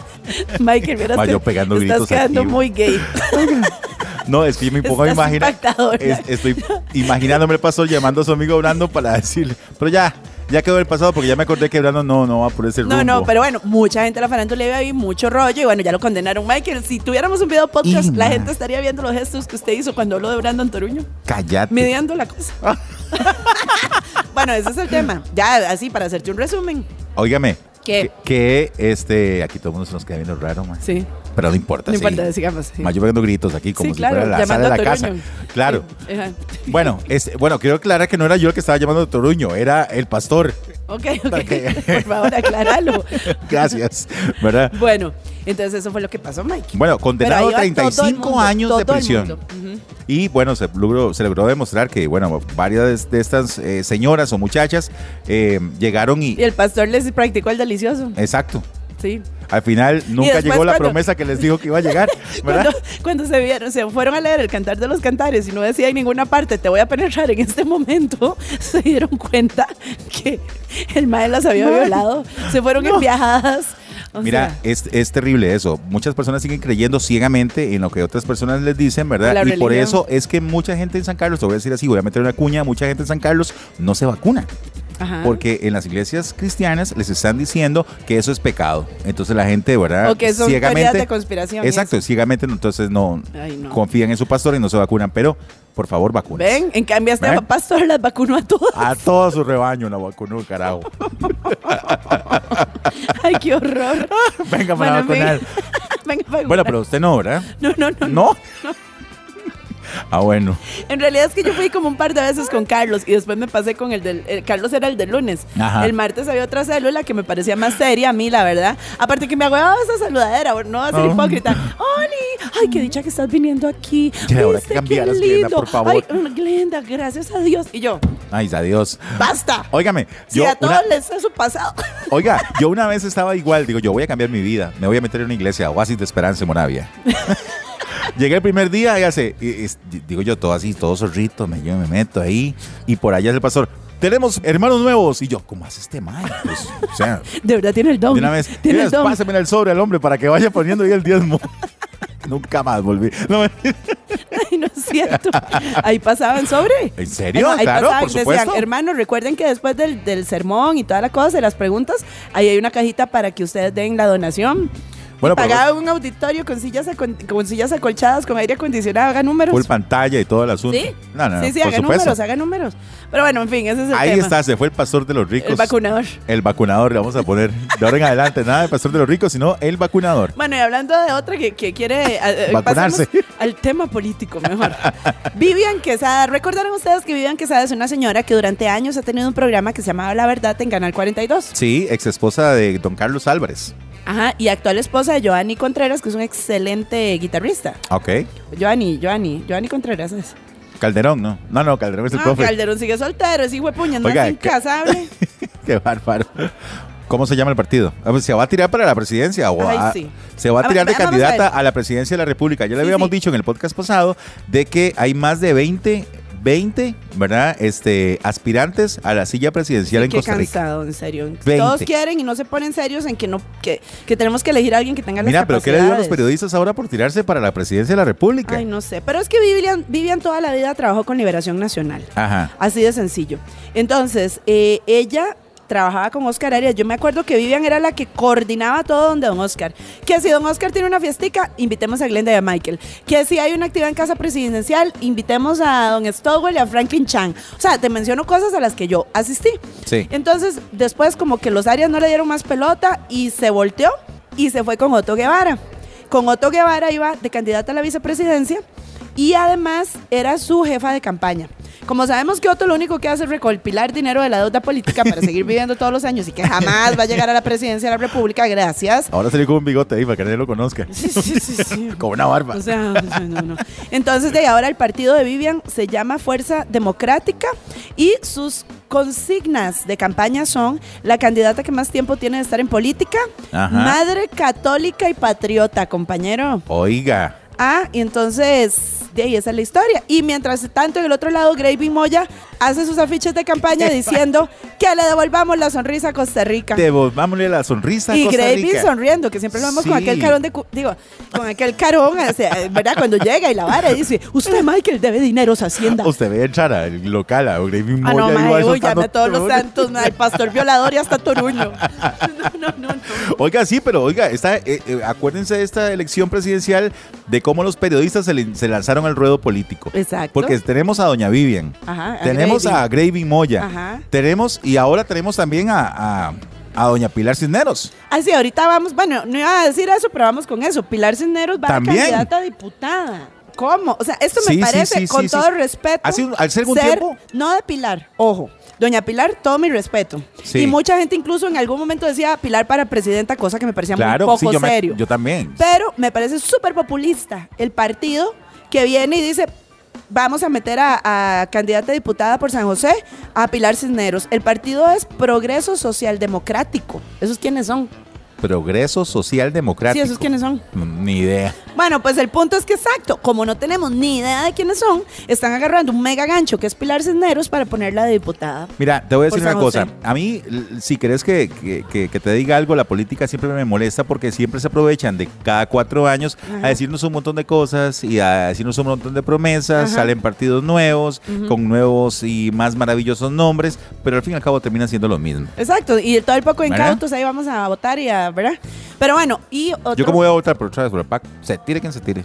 C: Michael, mira,
B: Ma,
C: te-
B: yo pegando
C: te estás
B: gritos aquí,
C: quedando
B: güey.
C: muy gay.
B: No, es que yo me pongo a
C: Estás
B: imaginar.
C: impactador.
B: es- estoy imaginándome el pastor llamando a su amigo Brando para decirle. Pero ya, ya quedó el pasado porque ya me acordé que Brando no, no va por ese rumbo.
C: No, no, pero bueno, mucha gente de la farándula iba ahí, mucho rollo, y bueno, ya lo condenaron. Michael, si tuviéramos un video podcast,
B: Y,
C: la
B: ma.
C: gente estaría viendo los gestos que usted hizo cuando habló de Brandon Toruño.
B: Cállate.
C: Mediando la cosa. bueno, ese es el tema. Ya, así, para hacerte un resumen.
B: Óigame.
C: ¿Qué?
B: Que, que, este. Aquí todo el mundo se nos queda viendo raro, ma.
C: Sí.
B: Pero no importa.
C: No
B: sí.
C: importa, sigamos, sí.
B: Ma, yo pegando gritos aquí como
C: sí,
B: si
C: claro.
B: fuera la sala
C: llamando
B: de la
C: a
B: casa.
C: Toruño.
B: Claro.
C: Sí, ajá.
B: Bueno, este, bueno, quiero aclarar que no era yo el que estaba llamando a Toruño, era el pastor.
C: Ok,
B: Ok.
C: ok. Por favor, acláralo.
B: Gracias, ¿verdad?
C: Bueno, entonces eso fue lo que pasó, Mike.
B: Bueno, condenado a
C: Pero ahí va todo el
B: 35
C: mundo,
B: años
C: todo
B: de
C: el
B: prisión.
C: mundo. Ujú.
B: Y bueno, se logró, se logró demostrar que, bueno, varias de estas eh, señoras o muchachas eh, llegaron y...
C: Y el pastor les practicó el delicioso.
B: Exacto.
C: Sí.
B: Al final nunca
C: después
B: llegó la
C: cuando-
B: promesa que les dijo que iba a llegar, ¿verdad?
C: Cuando, cuando se vieron, se fueron a leer el cantar de los cantares y no decía en ninguna parte, te voy a penetrar en este momento, se dieron cuenta que el mae las había violado. Se fueron en viajadas. O
B: Mira,
C: sea,
B: es, es terrible eso. Muchas personas siguen creyendo ciegamente en lo que otras personas les dicen, ¿verdad?
C: La
B: y por
C: religión.
B: eso es que mucha gente en San Carlos, te voy a decir así, voy a meter una cuña, mucha gente en San Carlos no se vacuna.
C: ajá.
B: Porque en las iglesias cristianas les están diciendo que eso es pecado. Entonces la gente, ¿verdad?
C: O que son teorías de conspiración,
B: Exacto, ciegamente no, entonces no,
C: Ay, no.
B: confían en su pastor y no se vacunan. Pero, por favor, vacunen.
C: Ven, en cambio este
B: ¿Ven?
C: pastor las vacunó a todas.
B: A todo su rebaño la vacunó, carajo.
C: Ay, qué horror.
B: Venga para
C: Bueno,
B: vacunar.
C: Venga, para
B: Bueno,
C: vacunar.
B: pero usted no, ¿verdad?
C: No, no, no,
B: ¿No? Ah, bueno.
C: En realidad es que yo fui como un par de veces con Carlos y después me pasé con el del. el- Carlos era el del lunes.
B: Ajá.
C: El martes había otra célula que me parecía más seria a mí, la verdad. Aparte que me agüeaba esa saludadera, no va a ser
B: No.
C: hipócrita. ¡Oli! ¡Ay, qué dicha que estás viniendo aquí!
B: Ya, ahora
C: ¿Viste
B: que cambiaras,
C: qué
B: Glenda,
C: lindo?
B: por favor.
C: Ay, mm, Glenda, gracias a Dios. Y yo,
B: Ay, adiós.
C: ¡basta!
B: Óigame,
C: si
B: yo
C: a todos
B: una-
C: les es su pasado.
B: oiga, yo una vez estaba igual, digo, yo voy a cambiar mi vida, me voy a meter en una iglesia, Oasis de Esperanza en Moravia. Llegué el primer día, y hace, y- y- digo yo, todo así, todo zorrito, me, yo me meto ahí, y por allá es el pastor, tenemos hermanos nuevos, y yo, ¿cómo hace este mal? Pues, o sea,
C: De verdad tiene el don.
B: de una vez,
C: Tiene el
B: "Mira,
C: don.
B: pásemela el sobre al hombre para que vaya poniendo ahí el diezmo. Nunca más volví. No,
C: Ay, no es cierto. Ahí pasaban sobre.
B: ¿En serio?
C: Ahí
B: Claro,
C: pasaban,
B: por
C: decían,
B: supuesto.
C: hermano, recuerden que después del, del sermón y toda la cosa, de las preguntas, ahí hay una cajita para que ustedes den la donación.
B: Bueno,
C: Bueno,
B: pero-
C: pagaban un auditorio con sillas, acon- con sillas acolchadas, con aire acondicionado, haga números.
B: full pantalla y todo el asunto.
C: Sí,
B: No, no, no,
C: sí, sí,
B: por
C: haga
B: supuesto.
C: números, haga números. Pero bueno, en fin, ese es el
B: Ahí
C: tema.
B: está, se fue el pastor de los ricos.
C: El vacunador.
B: El vacunador, le vamos a poner de ahora en adelante, nada de pastor de los ricos, sino el vacunador.
C: Bueno, y hablando de otra que, que quiere eh, eh,
B: Vacunarse.
C: pasemos al tema político mejor. Vivian Quesada, recordaron ustedes que Vivian Quesada es una señora que durante años ha tenido un programa que se llamaba La Verdad en Canal 42.
B: Sí, ex esposa de don Carlos Álvarez.
C: Ajá, y actual esposa de Joanny Contreras, que es un excelente guitarrista.
B: Ok.
C: Joanny, Joanny, Joanny Contreras es.
B: Calderón, ¿no? No, no, Calderón es el
C: Ah,
B: profe.
C: Calderón sigue soltero, es hijo de puña, no
B: Oiga,
C: es
B: ¿qué-
C: incasable.
B: Qué bárbaro. ¿Cómo se llama el partido? Ah, pues, ¿Se va a tirar para la presidencia? o
C: Ay,
B: a-
C: sí.
B: Se va a
C: A
B: tirar de
C: ver, vamos a
B: candidata
C: ver.
B: a, la presidencia de la República. Ya le
C: Sí,
B: habíamos
C: sí.
B: dicho en el podcast pasado de que hay más de 20, 20, ¿verdad? Este, aspirantes a la silla presidencial en
C: Qué
B: Costa Rica.
C: cansado, en serio.
B: Veinte.
C: Todos quieren y no se ponen serios en que no que, que tenemos que elegir a alguien que tenga las
B: Mira, pero ¿qué le dio a los
C: capacidades.
B: periodistas ahora por tirarse para la presidencia de la República?
C: Ay, no sé. Pero es que Vivian, Vivian toda la vida trabajó con Liberación Nacional.
B: Ajá.
C: Así de sencillo. Entonces, eh, ella trabajaba con Oscar Arias. Yo me acuerdo que Vivian era la que coordinaba todo donde don Oscar. Que si don Oscar tiene una fiestica, invitemos a Glenda y a Michael. Que si hay una actividad en casa presidencial, invitemos a don Stowell y a Franklin Chang. O sea, te menciono cosas a las que yo asistí.
B: Sí.
C: Entonces, después como que los Arias no le dieron más pelota y se volteó y se fue con Otto Guevara. Con Otto Guevara iba de candidata a la vicepresidencia y además era su jefa de campaña. Como sabemos que Otto lo único que hace es recopilar dinero de la deuda política para seguir viviendo todos los años y que jamás va a llegar a la presidencia de la República, gracias.
B: Ahora salió con un bigote ahí para que nadie lo conozca.
C: Sí, sí, sí, sí.
B: Con una barba.
C: O sea, o sea, no, no. Entonces, de ahora el partido de Vivian se llama Fuerza Democrática y sus consignas de campaña son la candidata que más tiempo tiene de estar en política,
B: Ajá.
C: madre católica y patriota, compañero.
B: Oiga.
C: Ah, y entonces, de ahí esa es la historia. Y mientras tanto, en el otro lado, Gravy Moya hace sus afiches de campaña diciendo que le devolvamos la sonrisa a Costa Rica.
B: Devolvámosle la sonrisa a
C: Y
B: Costa
C: Gravy
B: Rica.
C: sonriendo, que siempre lo vemos con
B: Sí.
C: aquel carón de. cu- Digo, con aquel carón, o sea, ¿verdad? Cuando llega y la vara y dice: Usted, Michael, debe dineros a Hacienda.
B: Usted ve entrar al local, a Gravy
C: Ah, no,
B: Moya, iba
C: mae, uy,
B: soltando
C: llame a todos los
B: todo.
C: santos, mae, al pastor violador y hasta Toruño. No, no, no. no.
B: Oiga, sí, pero oiga, esta, eh, eh, acuérdense de esta elección presidencial de cómo los periodistas se, le- se lanzaron al ruedo político.
C: Exacto.
B: Porque tenemos a Doña Vivian,
C: Ajá, a
B: tenemos
C: Gravy.
B: a Gravy Moya,
C: Ajá.
B: tenemos y ahora tenemos también a, a- a Doña Pilar Cisneros.
C: Así, Ah, ahorita vamos, bueno, no iba a decir eso, pero vamos con eso. Pilar Cisneros va
B: También.
C: a candidata a diputada. ¿Cómo? O sea, esto
B: Sí,
C: me
B: sí,
C: parece,
B: sí,
C: con
B: sí,
C: todo
B: sí.
C: respeto.
B: Hace un- hace algún tiempo.
C: No de Pilar, ojo. Doña Pilar, todo mi respeto.
B: Sí.
C: Y mucha gente incluso en algún momento decía Pilar para presidenta, cosa que me parecía
B: claro,
C: muy
B: sí,
C: poco
B: yo, me-
C: serio.
B: yo también.
C: Pero me parece súper populista el partido que viene y dice, vamos a meter a, a candidata a diputada por San José a Pilar Cisneros. El partido es Progreso Social Democrático. ¿Esos quiénes son?
B: Progreso Social Democrático.
C: Sí, ¿esos quiénes son?
B: Mm, Ni idea.
C: Bueno, pues el punto es que exacto, como no tenemos ni idea de quiénes son, están agarrando un mega gancho que es Pilar Cisneros para ponerla de diputada.
B: Mira, te voy a
C: Por
B: decir una
C: San Pues José.
B: cosa. A mí, l- si crees que, que- que- que te diga algo, la política siempre me molesta porque siempre se aprovechan de cada cuatro años a
C: Ajá.
B: decirnos un montón de cosas y a decirnos un montón de promesas.
C: Ajá.
B: Salen partidos nuevos, con nuevos y más maravillosos nombres, pero al fin y al cabo terminan siendo lo mismo.
C: Exacto, y todo el poco de
B: ¿Verdad?
C: incautos ahí vamos a votar y a, ¿verdad? Pero bueno, y otro,
B: Yo, como voy a votar por otra vez por el PAC, se tire quien se tire.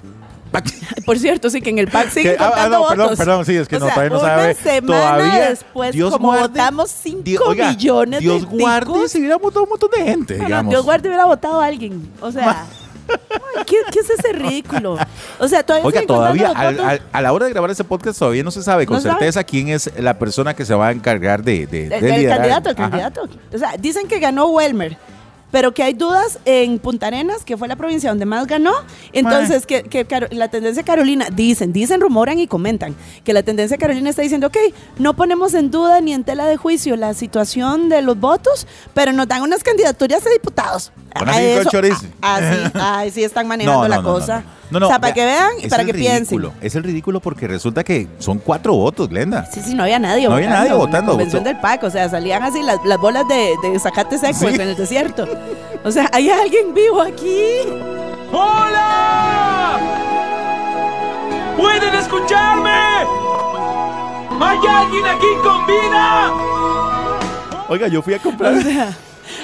B: PAC.
C: por cierto, sí que en el PAC siguen
B: Que- ah, ah,
C: contando
B: no,
C: votos.
B: perdón, perdón, sí, es que
C: O
B: no,
C: sea,
B: todavía no
C: una
B: sabe.
C: semana
B: todavía
C: después, como
B: guarde-
C: votamos 5
B: Dios- oiga,
C: millones
B: Dios
C: de
B: guarde,
C: ticos.
B: se hubiera votado un montón de gente,
C: No, no,
B: digamos.
C: Dios guarde hubiera votado a alguien. O sea, ay, ¿qué, qué es ese ridículo? O sea, todavía
B: Oiga,
C: siguen contando
B: todavía
C: los
B: al-
C: votos.
B: al- a la hora de grabar este podcast todavía no se sabe con
C: No se
B: certeza quién es la persona que se va a encargar de, de,
C: De-
B: de
C: del
B: liderar.
C: candidato, el
B: Ajá.
C: candidato. O sea, dicen que ganó Welmer, pero que hay dudas en Punta Arenas, que fue la provincia donde más ganó. Entonces, que, que Caro- la tendencia Carolina, dicen, dicen, rumoran y comentan, que la tendencia Carolina está diciendo, ok, no ponemos en duda ni en tela de juicio la situación de los votos, pero nos dan unas candidaturas de diputados. Ah,
B: Con así con choriz.
C: a- así, ay, ah, sí están manejando la cosa.
B: No, no,
C: o sea, para
B: vea,
C: que vean y
B: es
C: para
B: el
C: que
B: ridículo,
C: piensen.
B: Es el ridículo porque resulta que son cuatro votos, Glenda.
C: Sí, sí, no había nadie
B: No había
C: votando.
B: nadie votando,
C: en la convención
B: votó.
C: del PAC, o sea, salían así las, las bolas de, de zacate seco
B: Sí.
C: en el desierto. O sea, hay alguien vivo aquí.
F: ¡Hola! ¿Pueden escucharme? ¿Hay alguien aquí con vida?
B: Oiga, yo fui a comprar.
C: O sea,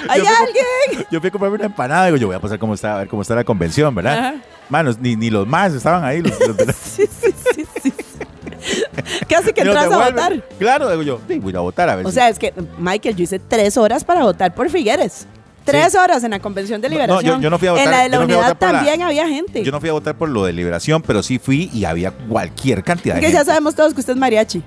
C: hay
B: Yo fui a comp-
C: alguien.
B: Yo fui a comprarme una empanada. Digo, yo voy a pasar cómo está, a ver cómo está la convención, ¿verdad?
C: Ajá.
B: Manos, ni, ni los más estaban ahí. Los, los de la-
C: Sí, sí, sí, sí. Casi que
B: ni los
C: entras a
B: devuelven.
C: votar.
B: Claro, digo yo, sí, voy a votar a ver.
C: O
B: si-
C: sea, es que, Michael, yo hice tres horas para votar por Figueres. Tres
B: Sí.
C: horas en la convención de
B: No, no, yo-
C: liberación.
B: yo no fui a
C: En
B: votar,
C: la de la
B: yo no fui a
C: unidad
B: votar para-
C: también había gente.
B: yo no fui a votar por lo de liberación, pero sí fui y había cualquier cantidad de
C: Porque ya
B: gente.
C: sabemos todos que usted es mariachi.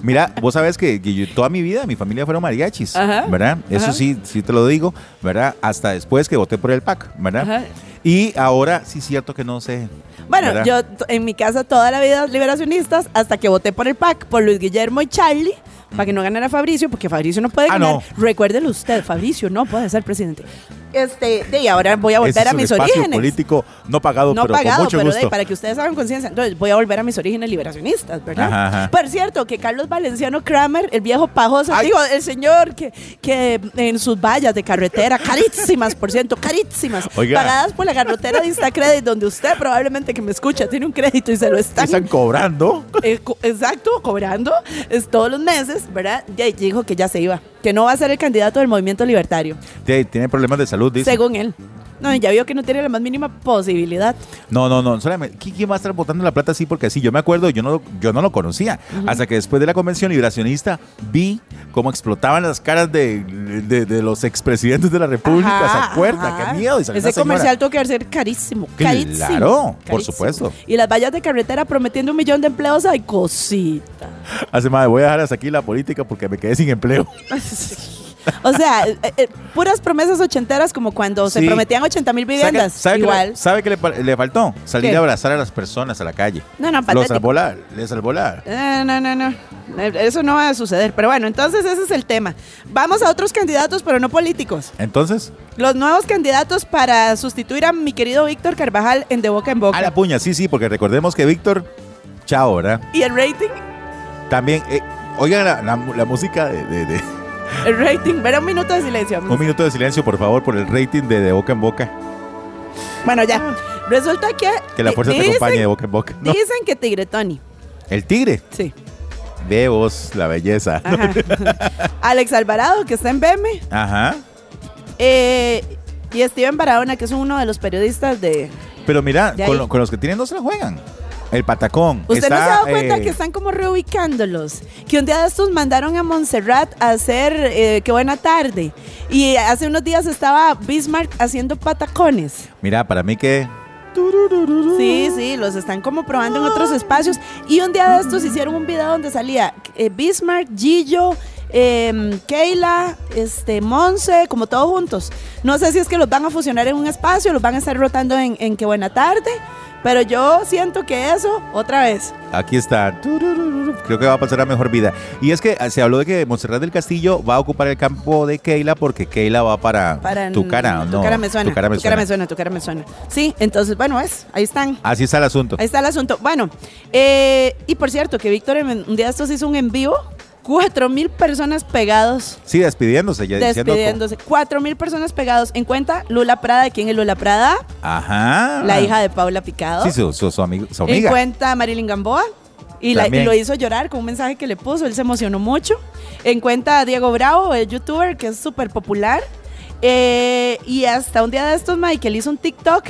B: Mira, vos sabés que, que yo- toda mi vida mi familia fueron mariachis,
C: Ajá,
B: ¿verdad? Eso
C: ajá.
B: sí, sí te lo digo, ¿verdad? Hasta después que voté por el PAC, ¿verdad?
C: Ajá.
B: Y ahora sí es cierto que no sé.
C: Bueno,
B: ¿verdad?
C: yo t- en mi casa toda la vida liberacionistas hasta que voté por el PAC, por Luis Guillermo y Charlie, para que no ganara Fabricio, porque Fabricio no puede
B: Ah,
C: ganar.
B: no.
C: Recuérdelo usted, Fabricio no puede ser presidente. Este, de, y ahora voy a
B: Ese
C: volver
B: es
C: a
B: un
C: mis
B: espacio
C: orígenes.
B: político no pagado,
C: no
B: pero con
C: pagado,
B: mucho
C: pero de-
B: gusto.
C: para que ustedes hagan conciencia. Entonces, voy a volver a mis orígenes liberacionistas, ¿verdad?
B: Ajá, ajá.
C: Por cierto, que Carlos Valenciano Kramer, el viejo pajoso,
B: Ay.
C: digo, el señor que, que en sus vallas de carretera, carísimas, por cierto, carísimas,
B: Oiga.
C: pagadas por la carretera de Instacredit, donde usted probablemente que me escucha tiene un crédito y se lo están
E: Están cobrando.
C: eh, co- exacto, cobrando es todos los meses, ¿verdad? Y ahí dijo que ya se iba, que no va a ser el candidato del movimiento libertario,
B: Tiene- Tiene problemas de salud, dice.
C: según él. No, y ya vio que no tiene la más mínima posibilidad.
B: No, no, no, solamente, ¿qui- ¿quién va a estar votando la plata así? Porque así, yo me acuerdo, yo no, lo- yo no lo conocía. Hasta que después de la convención liberacionista vi cómo explotaban las caras de, de- de los expresidentes de la República.
C: Ajá,
B: ¿Se acuerda?
C: ajá.
B: ¡Qué miedo! Y salió
C: Ese
B: una señora.
C: comercial tuvo que ser carísimo, carísimo.
B: Claro, por
C: carísimo.
B: supuesto.
C: Y las vallas de carretera prometiendo un millón de empleos, ay, cosita.
B: Hace más, voy a dejar hasta aquí la política porque me quedé sin empleo.
C: O sea, eh, eh, puras promesas ochenteras como cuando se
B: Sí.
C: prometían 80 mil
B: ¿Sabe que-
C: viviendas.
B: ¿Sabe, Que
C: Igual.
B: le, ¿Sabe que le, pa- le faltó? Salir
C: ¿Qué?
B: a abrazar a las personas a la calle.
C: No, no,
B: Lo
C: patético.
B: salvó la, le salvó la-
C: Eh, no, no, no. Eh, Eso no va a suceder. Pero bueno, entonces ese es el tema. Vamos a otros candidatos, pero no políticos.
B: Entonces,
C: Los nuevos candidatos para sustituir a mi querido Víctor Carvajal en De Boca en
B: a la
C: Boca.
B: puña, sí, sí, porque recordemos que Víctor, chao, ¿verdad?
C: Y el rating,
B: También, eh, oigan la, la mu- la música de, de- de-
C: el rating. Verá un minuto de silencio.
B: Un minuto de silencio, por favor, por el rating de De Boca en Boca.
C: Bueno, ya. Resulta que.
B: Que la fuerza te
C: dicen-
B: acompañe de Boca en Boca. No.
C: Dicen que Tigre Tony.
B: El tigre.
C: Sí.
B: Ve vos la belleza.
C: Ajá. Alex Alvarado, que está en BM.
B: Ajá.
C: Eh, y Steven Barahona, que es uno de los periodistas de.
B: Pero mira,
C: De
B: con,
C: ahí.
B: lo- con los que tienen no se la juegan. El patacón.
C: Usted no se ha
B: Está,
C: dado cuenta
B: eh,
C: que están como reubicándolos. Que un día de estos mandaron a Montserrat a hacer eh, Qué buena tarde. Y hace unos días estaba Bismarck haciendo patacones.
B: Mira, para mí que.
C: Sí,
B: Mm.
C: sí, los están como probando en otros espacios. Y un día de estos
B: Mm.
C: hicieron un video donde salía eh, Bismarck, Gillo, em, Keila, este, Monse, como todos juntos. No sé si es que los van a fusionar en un espacio, los van a estar rotando en, en Qué buena tarde. Pero yo siento que eso, otra vez.
B: Aquí está. Creo que va a pasar a mejor vida. Y es que eh, se habló de que Montserrat del Castillo va a ocupar el campo de Keila porque Keila va para,
C: para
B: tu cara.
C: tu
B: no,
C: cara me suena
B: Tu cara me suena.
C: tu cara me suena sí entonces bueno es ahí están
B: Así está el asunto.
C: ahí está el asunto bueno eh, y por cierto que Víctor en- un día de estos hizo un en vivo cuatro mil personas pegados
B: Sí, despidiéndose. Ya diciendo como-
C: despidiéndose cuatro mil personas pegados en cuenta Lula Prada ¿de quién es Lula Prada
B: Ajá.
C: la hija de Paula Picado
B: Ah. Sí, su, su, su amigo- su
C: en
B: amiga.
C: cuenta Marilyn Gamboa y, la- y
B: También.
C: lo hizo llorar con un mensaje que le puso, él se emocionó mucho. En cuenta a Diego Bravo, el youtuber que es súper popular. Eh, y hasta un día de estos, Michael hizo un TikTok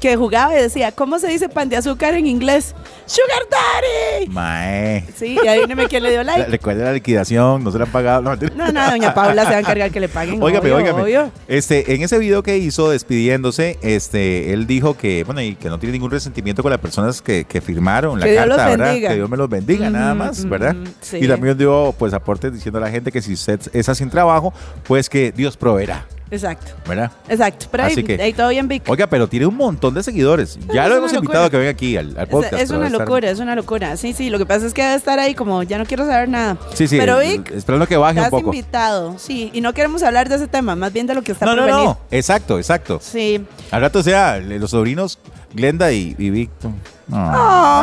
C: que jugaba y decía, ¿cómo se dice pan de azúcar en inglés? ¡Sugar Daddy!
B: Mae.
C: Sí, y adivíneme quién le dio
B: La-
C: like.
B: recuerda la liquidación, no se la han pagado. No, mentira.
C: No, no, doña Paula se va a encargar que le paguen.
B: Óigame,
C: obvio,
B: óigame.
C: obvio.
B: Este, en ese video que hizo despidiéndose, este, él dijo que, bueno, y que no tiene ningún resentimiento con las personas que, que firmaron la
C: Que Dios
B: carta,
C: los
B: ¿verdad?
C: bendiga.
B: Que Dios me los bendiga, nada
C: Ujú,
B: más,
C: ujú,
B: ¿verdad?
C: sí.
B: Y también dio, pues, aportes diciendo a la gente que si usted es sin trabajo, pues que Dios proveerá,
C: Exacto,
B: ¿verdad?
C: exacto. Pero ahí,
B: Así que-
C: ahí todo bien, Vic.
B: Oiga, pero tiene un montón de seguidores. Ya
C: Es
B: lo
C: una
B: hemos
C: locura.
B: invitado a que venga aquí al, al
C: Es-
B: podcast.
C: Es, una
B: Va a estar-
C: locura, es una locura. Sí, sí, lo que pasa es que debe estar ahí como, ya no quiero saber nada.
B: Sí, sí.
C: Pero
B: eh,
C: Vic,
B: Esperando que baje un
C: estás
B: poco.
C: invitado, sí. Y no queremos hablar de ese tema, más bien de lo que está
B: No,
C: por
B: no,
C: venir.
B: no. Exacto, exacto.
C: Sí.
B: Al rato sea le- los sobrinos Glenda y, y Víctor. No.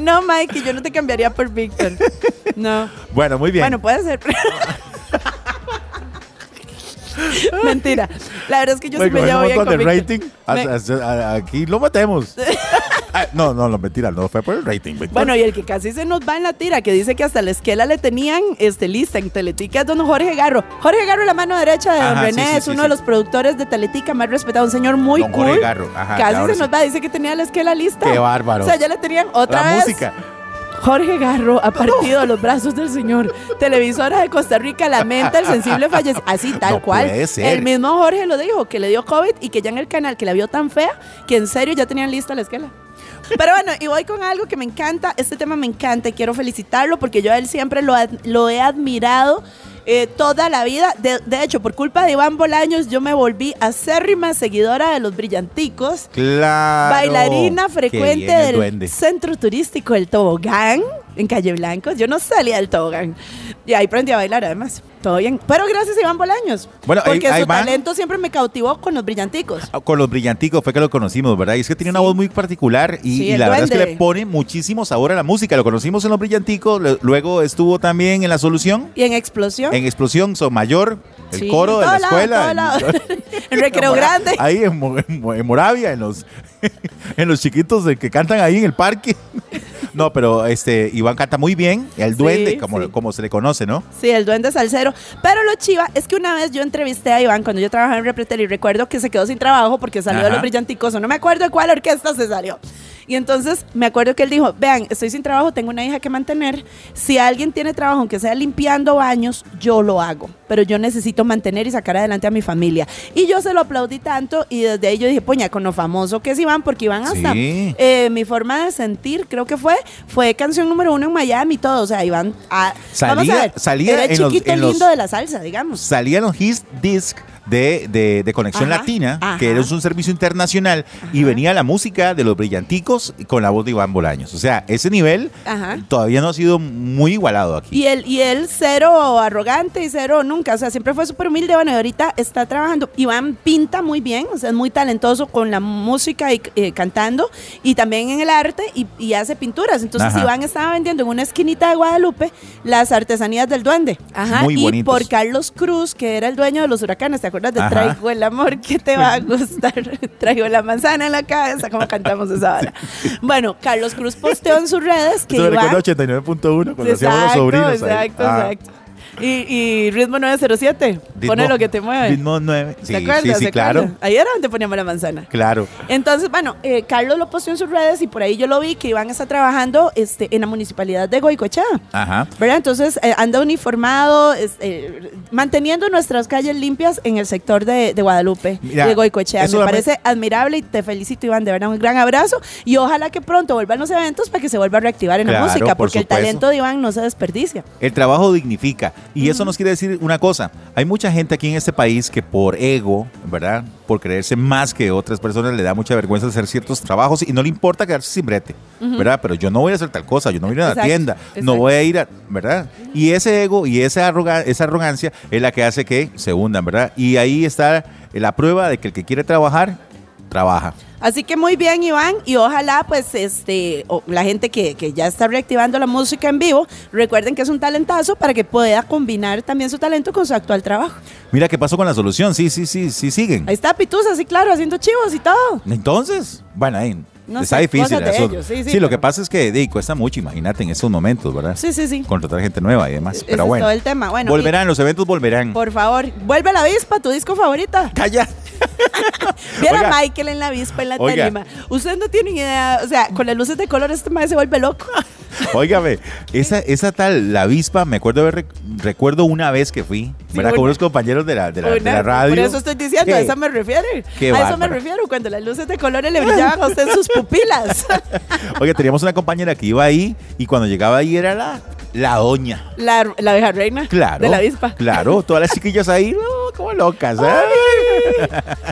C: No, Mikey, yo no te cambiaría por Víctor. No.
B: Bueno, muy bien.
C: Bueno, puede ser. pero- Mentira. La verdad es que yo sí
B: Bueno,
C: me llevo
B: vamos
C: bien
B: con
C: con
B: el
C: Víctor.
B: rating. a-
C: Me-
B: a- a- aquí lo matemos. Ah, no, no, no, mentira, no fue por el rating. Víctor.
C: Bueno, y el que casi se nos va en la tira, que dice que hasta la esquela le tenían este, lista en Teletica, es don Jorge Garro. Jorge Garro, la mano derecha de don
B: Ajá, sí,
C: René,
B: sí,
C: es
B: sí,
C: uno
B: sí.
C: de los productores de Teletica más respetado, un señor muy
B: Don
C: cool.
B: Jorge Garro, ajá,
C: casi
B: ahora
C: se
B: sí.
C: nos va, dice que tenía la esquela lista.
B: Qué bárbaro.
C: O sea, ya le tenían otra
B: la
C: vez.
B: música.
C: Jorge Garro ha partido a los brazos del señor. Televisora de Costa Rica lamenta el sensible fallecido. Así, tal
B: No
C: cual.
B: puede ser.
C: El mismo Jorge lo dijo, que le dio COVID y que ya en el canal que la vio tan fea, que en serio ya tenían lista la esquela. Pero bueno, y voy con algo que me encanta. Este tema me encanta y quiero felicitarlo porque yo a él siempre lo, ad- lo he admirado eh, toda la vida. De, de hecho, por culpa de Iván Bolaños, yo me volví acérrima seguidora de los Brillanticos.
B: Claro.
C: Bailarina
B: Qué
C: frecuente
B: bien el
C: del
B: duende.
C: centro turístico El Tobogán en Calle Blanco. Yo no salía del Tobogán. Y ahí aprendí a bailar además. Todo bien. Pero gracias a Iván Bolaños.
B: Bueno, ahí-
C: porque
B: ahí
C: su
B: van.
C: talento siempre me cautivó con los brillanticos.
B: Ah, Con los brillanticos fue que lo conocimos, ¿verdad? Y es que tiene una voz muy particular y,
C: Sí,
B: y
C: el
B: la verdad es que
C: duende.
B: le pone muchísimo sabor a la música. Lo conocimos en los brillanticos, lo- luego estuvo también en La Solución,
C: Y en explosión.
B: en Explosión, Somayor, el
C: Sí,
B: coro de
C: en
B: la
C: todo
B: escuela.
C: lado, en todo
B: en-
C: lado. En Recreo
B: Mora-
C: Grande.
B: Ahí en, Mo- en Mo- en Moravia, en los, en los chiquitos de que cantan ahí en el parque. No, pero este Iván canta muy bien, el duende, como,
C: sí.
B: como se le conoce, ¿no?
C: Sí, el duende salsero. Pero lo chiva es que una vez yo entrevisté a Iván cuando yo trabajaba en Repretel y recuerdo que se quedó sin trabajo porque salió de
B: Ajá.
C: los brillanticos. o No me acuerdo de cuál orquesta se salió. Y entonces me acuerdo que él dijo, vean, estoy sin trabajo, tengo una hija que mantener. Si alguien tiene trabajo, aunque sea limpiando baños, yo lo hago. Pero yo necesito mantener y sacar adelante a mi familia. Y yo se lo aplaudí tanto y desde ahí yo dije, poña, con lo famoso que es Iván, porque Iván hasta
B: Sí.
C: eh, mi forma de sentir, creo que fue, fue canción número uno en Miami y todo. O sea, Iván... ah,
B: Salía-
C: Vamos a ver,
B: salía
C: era
B: en los-
C: chiquito
B: en los-
C: lindo de la salsa, digamos.
B: salían los His Disc de, de- de Conexión
C: Ajá,
B: Latina,
C: ajá.
B: que era un servicio internacional, y venía la música de los brillanticos con la voz de Iván Bolaños. O sea, ese nivel
C: Ajá.
B: todavía no ha sido muy igualado aquí.
C: Y él, y él cero arrogante y cero nunca, o sea, siempre fue súper humilde, bueno, y ahorita está trabajando. Iván pinta muy bien, o sea, es muy talentoso con la música y eh, cantando, y también en el arte, y, y hace pinturas. Entonces
B: Ajá.
C: Iván estaba vendiendo en una esquinita de Guadalupe las artesanías del duende. Ajá,
B: Muy
C: y
B: bonitos.
C: por Carlos Cruz, que era el dueño de los huracanes, ¿te acuerdas de
B: Ajá.
C: Traigo el amor que te va a gustar? Traigo la manzana en la cabeza, como cantamos esa hora. Bueno, Carlos Cruz posteó en sus redes que
B: Sobre
C: Iván...
B: 89.1 cuando Pues hacíamos los
C: Exacto,
B: sobrinos. ahí.
C: exacto,
B: Ah,
C: exacto. Y, y ritmo 907,
B: ritmo-
C: pone lo que te mueve.
B: Ritmo 9. Sí,
C: ¿Te acuerdas?
B: sí, sí,
C: ¿Te
B: claro.
C: acuerdas? Ahí era donde poníamos la manzana.
B: Claro.
C: Entonces, bueno, eh, Carlos lo posteó en sus redes y por ahí yo lo vi que Iván está trabajando este, en la municipalidad de Goicoechea.
B: Ajá.
C: ¿verdad? Entonces eh, anda uniformado, es, eh, manteniendo nuestras calles limpias en el sector de, de Guadalupe,
B: Mira,
C: de Goicoechea.
B: eso
C: Me
B: la-
C: parece admirable y te felicito, Iván, de verdad, un gran abrazo. Y ojalá que pronto vuelvan los eventos para que se vuelva a reactivar en
B: Claro,
C: la música,
B: por
C: porque el
B: supuesto.
C: talento de Iván no se desperdicia.
B: El trabajo dignifica. Y eso nos quiere decir una cosa. Hay mucha gente aquí en este país que por ego, ¿verdad? Por creerse más que otras personas, le da mucha vergüenza hacer ciertos trabajos y no le importa quedarse sin brete, ¿verdad? Pero yo no voy a hacer tal cosa, yo no voy a ir a la
C: Exacto,
B: tienda, no
C: exacto.
B: voy a ir a, ¿verdad? Y ese ego y esa, arroga- esa arrogancia es la que hace que se hundan, ¿verdad? Y ahí está la prueba de que el que quiere trabajar, trabaja.
C: Así que muy bien, Iván, y ojalá pues este o- la gente que, que ya está reactivando la música en vivo, recuerden que es un talentazo para que pueda combinar también su talento con su actual trabajo.
B: Mira qué pasó con la solución. Sí, sí, sí, sí siguen.
C: Ahí está Pitusa, así claro, haciendo chivos y todo.
B: Entonces, bueno, ahí
C: No
B: está
C: sé,
B: difícil
C: cosas
B: el
C: de
B: asunto.
C: ellos,
B: sí,
C: sí, sí,
B: lo que
C: pero-
B: pasa es que de, cuesta mucho, imagínate, en esos momentos, ¿verdad?
C: Sí, sí, sí.
B: Contratar gente nueva y demás.
C: Ese
B: pero
C: es
B: bueno.
C: todo el tema. Bueno,
B: volverán, los eventos volverán.
C: Por favor, vuelve a la avispa, tu disco favorita.
B: Calla.
C: Viera
B: Oiga.
C: a Michael en la avispa en la
B: Oiga.
C: tarima. Ustedes no tienen idea, o sea, con las luces de color este madre se vuelve loco.
B: Óigame, esa, esa tal, la avispa, me acuerdo haber, rec- recuerdo una vez que fui, ¿verdad? Con
C: una-
B: unos compañeros de la, de la, de la
C: Una-
B: radio.
C: Por eso estoy diciendo, a
B: ¿Qué?
C: eso me refiero.
B: Qué
C: a eso me
B: bárbara.
C: refiero, cuando las luces de colores le brillaban a usted en sus pupilas.
B: Oiga, teníamos una compañera que iba ahí y cuando llegaba ahí era la, la doña.
C: La, la abeja reina
B: Claro.
C: de la avispa.
B: Claro, todas las chiquillas ahí, no, como locas. ¿eh?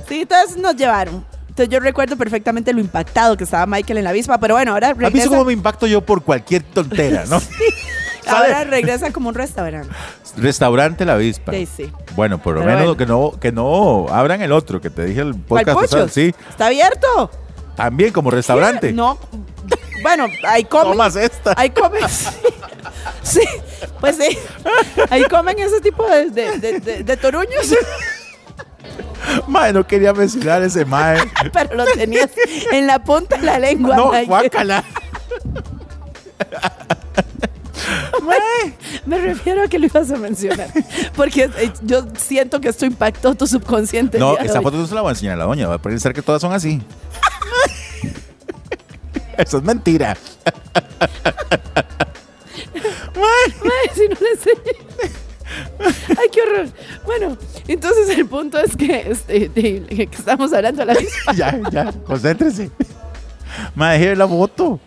C: Sí, entonces nos llevaron. Entonces yo recuerdo perfectamente lo impactado que estaba Michael en la avispa, pero bueno, ahora
B: ¿Has visto
C: regresa,
B: cómo me impacto yo por cualquier tontera, no? ¿Sabe?
C: ahora regresa como un restaurante.
B: Restaurante La Avispa.
C: Sí, sí.
B: Bueno, por lo
C: Pero
B: menos
C: bueno.
B: que no que no abran el otro que te dije el
C: ¿Cuál
B: podcast pasado.
C: Pochos?
B: sí,
C: ¿Está abierto?
B: también como restaurante.
C: No. Bueno, ahí comen.
B: Tomas esta.
C: Ahí comen. Sí. Sí, pues sí. Ahí comen ese tipo de, de, de- de- de toruños,
B: Mae, no quería mencionar ese mae.
C: pero lo tenías en la punta de la lengua.
B: no,
C: Mike.
B: guácala.
C: Me refiero a que lo ibas a mencionar, porque eh, yo siento que esto impactó tu subconsciente. el
B: No,
C: día de
B: esa
C: hoy.
B: foto no se la voy a enseñar a la doña, va a parecer que todas son así. Eso es mentira.
C: Ay, si no le enseñé. Ay, qué horror. Bueno, entonces el punto es que, este, de- que estamos hablando a la misma.
B: ya, ya, concéntrese. Mae, deje la moto.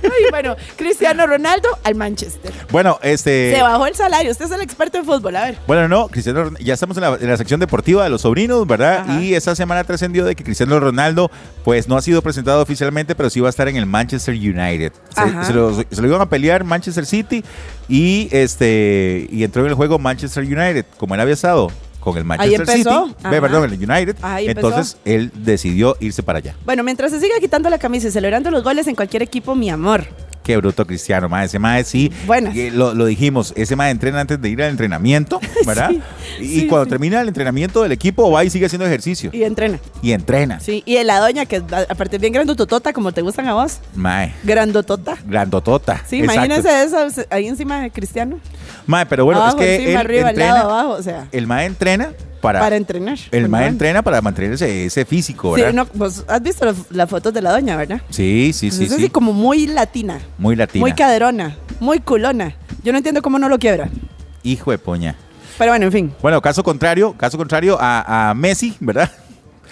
C: Ay, bueno, Cristiano Ronaldo al Manchester.
B: Bueno, este.
C: Se bajó el salario. Usted es el experto en fútbol, a ver.
B: Bueno, no, Cristiano Ron- ya estamos en la, en la sección deportiva de los sobrinos, ¿verdad?
C: Ajá.
B: Y esta semana trascendió de que Cristiano Ronaldo, pues no ha sido presentado oficialmente, pero sí va a estar en el Manchester United.
C: Ajá.
B: Se, se lo, se lo iban a pelear Manchester City y este y entró en el juego Manchester United, como él había estado con el Manchester
C: empezó.
B: City, ve,
C: Ajá.
B: perdón, el United.
C: Ahí empezó.
B: Entonces él decidió irse para allá.
C: Bueno, mientras se siga quitando la camisa y celebrando los goles en cualquier equipo, mi amor.
B: Qué bruto Cristiano, mae. Ese mae sí.
C: Buenas.
B: eh, Lo, lo dijimos, ese mae entrena antes de ir al entrenamiento, ¿verdad? y
C: sí,
B: cuando
C: sí.
B: termina el entrenamiento del equipo, va y sigue haciendo ejercicio. Y,
C: Y entrena.
B: entrena.
C: Sí, y de la doña, que a- aparte es bien grandototota, como te gustan a vos.
B: Mae.
C: Grandotota.
B: Grandotota.
C: Sí,
B: Exacto.
C: imagínense eso ahí encima de Cristiano.
B: Mae, pero bueno,
C: Abajo,
B: es que
C: encima,
B: él
C: arriba, al
B: entrena,
C: lado, abajo, o sea,
B: el mae entrena para.
C: para entrenar.
B: el mae
C: Perdón.
B: entrena para mantener ese, ese físico,
C: Sí,
B: ¿verdad?
C: no, vos has visto las, las fotos de la doña, ¿verdad?
B: Sí, sí, sí.
C: es
B: sí.
C: así como muy latina,
B: Muy latina.
C: muy caderona, muy culona. Yo no entiendo cómo no lo quiebra.
B: Hijo de poña.
C: Pero bueno, en fin.
B: Bueno, caso contrario, caso contrario a, a Messi, ¿verdad?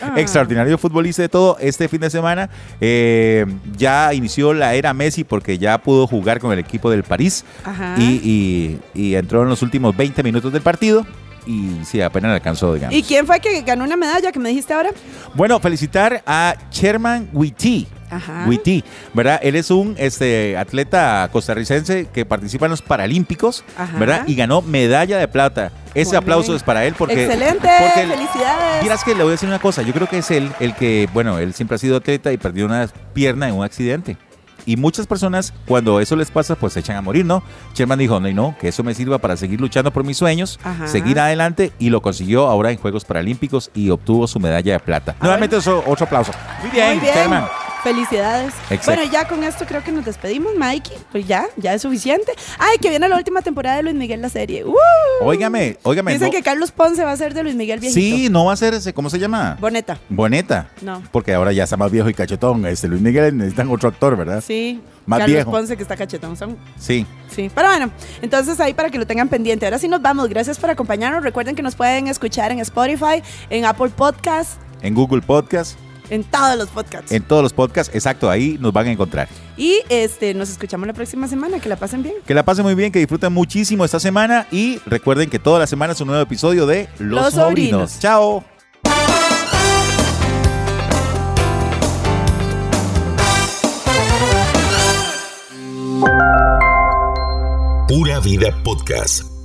C: Ah.
B: Extraordinario futbolista de todo. Este fin de semana eh, ya inició la era Messi porque ya pudo jugar con el equipo del París
C: Ajá.
B: y, y- y entró en los últimos 20 minutos del partido y sí, apenas alcanzó, digamos.
C: ¿Y quién fue que ganó una medalla que me dijiste ahora?
B: Bueno, felicitar a Sherman Witty.
C: Ajá.
B: Witty, ¿verdad? Él es un este, atleta costarricense que participa en los Paralímpicos,
C: Ajá.
B: ¿verdad? Y ganó medalla de plata. Ese
C: Muy
B: aplauso
C: bien.
B: es para él porque...
C: Excelente,
B: porque él-
C: felicidades.
B: Miras que le voy a decir una cosa, yo creo que es él el que, bueno, él siempre ha sido atleta y perdió una pierna en un accidente. Y muchas personas, cuando eso les pasa, pues se echan a morir, ¿no? Sherman dijo, no, y no, que eso me sirva para seguir luchando por mis sueños,
C: Ajá.
B: seguir adelante, y lo consiguió ahora en Juegos Paralímpicos y obtuvo su medalla de plata. Nuevamente, eso- otro aplauso. Muy bien,
C: Muy bien.
B: Sherman.
C: Felicidades.
B: Exacto.
C: Bueno, ya con esto creo que nos despedimos, Mikey. Pues ya, ya es suficiente. Ay, que viene la última temporada de Luis Miguel la serie. ¡Uh!
B: Óigame, óigame.
C: Dicen
B: no-
C: que Carlos Ponce va a ser de Luis Miguel viejito.
B: sí, no va a ser ese, ¿cómo se llama?
C: Boneta.
B: Boneta.
C: No.
B: Porque ahora ya está más viejo y cachetón. Este Luis Miguel necesitan otro actor, ¿verdad?
C: Sí.
B: Más
C: Carlos
B: viejo.
C: Ponce que está cachetón. Son
B: Sí.
C: Sí, pero bueno, entonces ahí para que lo tengan pendiente. Ahora sí nos vamos. Gracias por acompañarnos. Recuerden que nos pueden escuchar en Spotify, en Apple Podcasts,
B: En Google Podcast,
C: en todos los podcasts.
B: en todos los podcasts, exacto, ahí nos van a encontrar.
C: Y este, nos escuchamos la próxima semana. Que la pasen bien.
B: Que la pasen muy bien, que disfruten muchísimo esta semana y recuerden que toda la semana es un nuevo episodio de Los,
C: Los
B: Sobrinos.
C: Sobrinos.
B: Chao.
A: Pura Vida Podcast